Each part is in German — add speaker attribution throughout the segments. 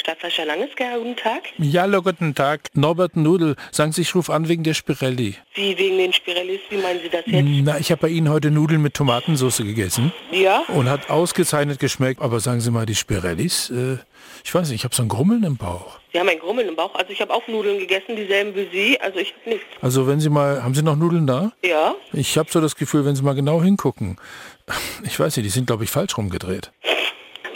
Speaker 1: Stadtwäscher Langesger, guten Tag.
Speaker 2: Ja, hallo, guten Tag. Norbert Nudel. Sagen Sie, ich rufe an wegen der Spirelli.
Speaker 1: Sie wegen den Spirellis, wie meinen Sie das jetzt?
Speaker 2: Na, ich habe bei Ihnen heute Nudeln mit Tomatensauce gegessen
Speaker 1: Ja?
Speaker 2: und hat ausgezeichnet geschmeckt. Aber sagen Sie mal, die Spirellis, äh, ich weiß nicht, ich habe so ein Grummeln im Bauch.
Speaker 1: Sie haben ein Grummeln im Bauch. Also ich habe auch Nudeln gegessen, dieselben wie Sie. Also ich habe nichts.
Speaker 2: Also wenn Sie mal, haben Sie noch Nudeln da?
Speaker 1: Ja?
Speaker 2: Ich habe so das Gefühl, wenn Sie mal genau hingucken. Ich weiß nicht, die sind, glaube ich, falsch rumgedreht.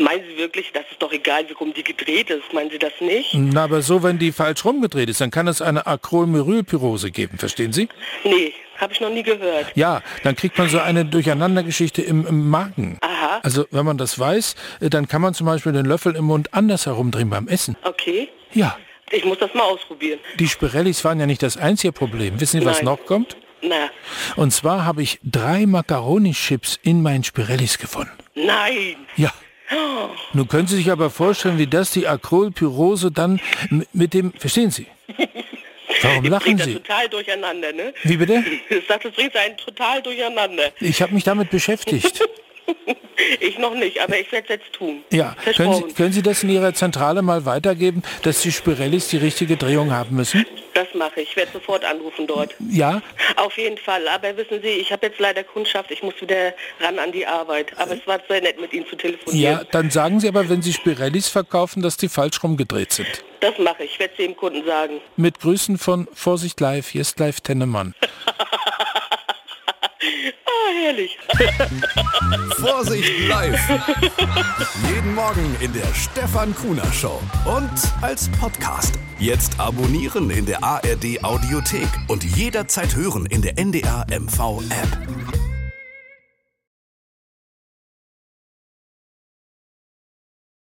Speaker 1: Meinen Sie wirklich, das ist doch egal, wie rum die gedreht ist? Meinen Sie das nicht?
Speaker 2: Na, aber so, wenn die falsch rumgedreht ist, dann kann es eine Acromyrylpyrose geben, verstehen Sie?
Speaker 1: Nee, habe ich noch nie gehört.
Speaker 2: Ja, dann kriegt man so eine Durcheinandergeschichte im, im Magen.
Speaker 1: Aha.
Speaker 2: Also wenn man das weiß, äh, dann kann man zum Beispiel den Löffel im Mund anders herumdrehen beim Essen.
Speaker 1: Okay.
Speaker 2: Ja,
Speaker 1: Ich muss das mal ausprobieren.
Speaker 2: die Spirellis waren ja nicht das einzige Problem. Wissen Sie, was
Speaker 1: Nein.
Speaker 2: noch kommt?
Speaker 1: Na,
Speaker 2: Und zwar habe ich drei Macaroni-Chips in meinen Spirellis gefunden.
Speaker 1: nein.
Speaker 2: Ja. Nun können Sie sich aber vorstellen, wie das die Acrylpyrose dann m- mit dem... Verstehen Sie? Warum lachen
Speaker 1: Bringt das
Speaker 2: Sie?
Speaker 1: total durcheinander, ne?
Speaker 2: Wie bitte?
Speaker 1: Ich sag, das bringt einen total durcheinander.
Speaker 2: Ich habe mich damit beschäftigt.
Speaker 1: Ich noch nicht, aber ich werde es jetzt tun.
Speaker 2: Ja, können
Speaker 1: Versprochen.
Speaker 2: Sie, können Sie das in Ihrer Zentrale mal weitergeben, dass die Spirellis die richtige Drehung haben müssen?
Speaker 1: Das mache ich. Ich werde sofort anrufen dort.
Speaker 2: Ja,
Speaker 1: Auf jeden Fall. Aber wissen Sie, ich habe jetzt leider Kundschaft. Ich muss wieder ran an die Arbeit. Aber es war sehr nett, mit Ihnen zu telefonieren.
Speaker 2: ja, dann sagen Sie aber, wenn Sie Spirellis verkaufen, dass die falsch rumgedreht sind.
Speaker 1: Das mache ich. Ich werde es dem Kunden sagen.
Speaker 2: Mit Grüßen von Vorsicht Live, Yes Live Tennemann.
Speaker 1: Ah, herrlich.
Speaker 3: Vorsicht live. Jeden Morgen in der Stefan Kuhner Show. Und als Podcast. Jetzt abonnieren in der ARD Audiothek und jederzeit hören in der NDR MV App.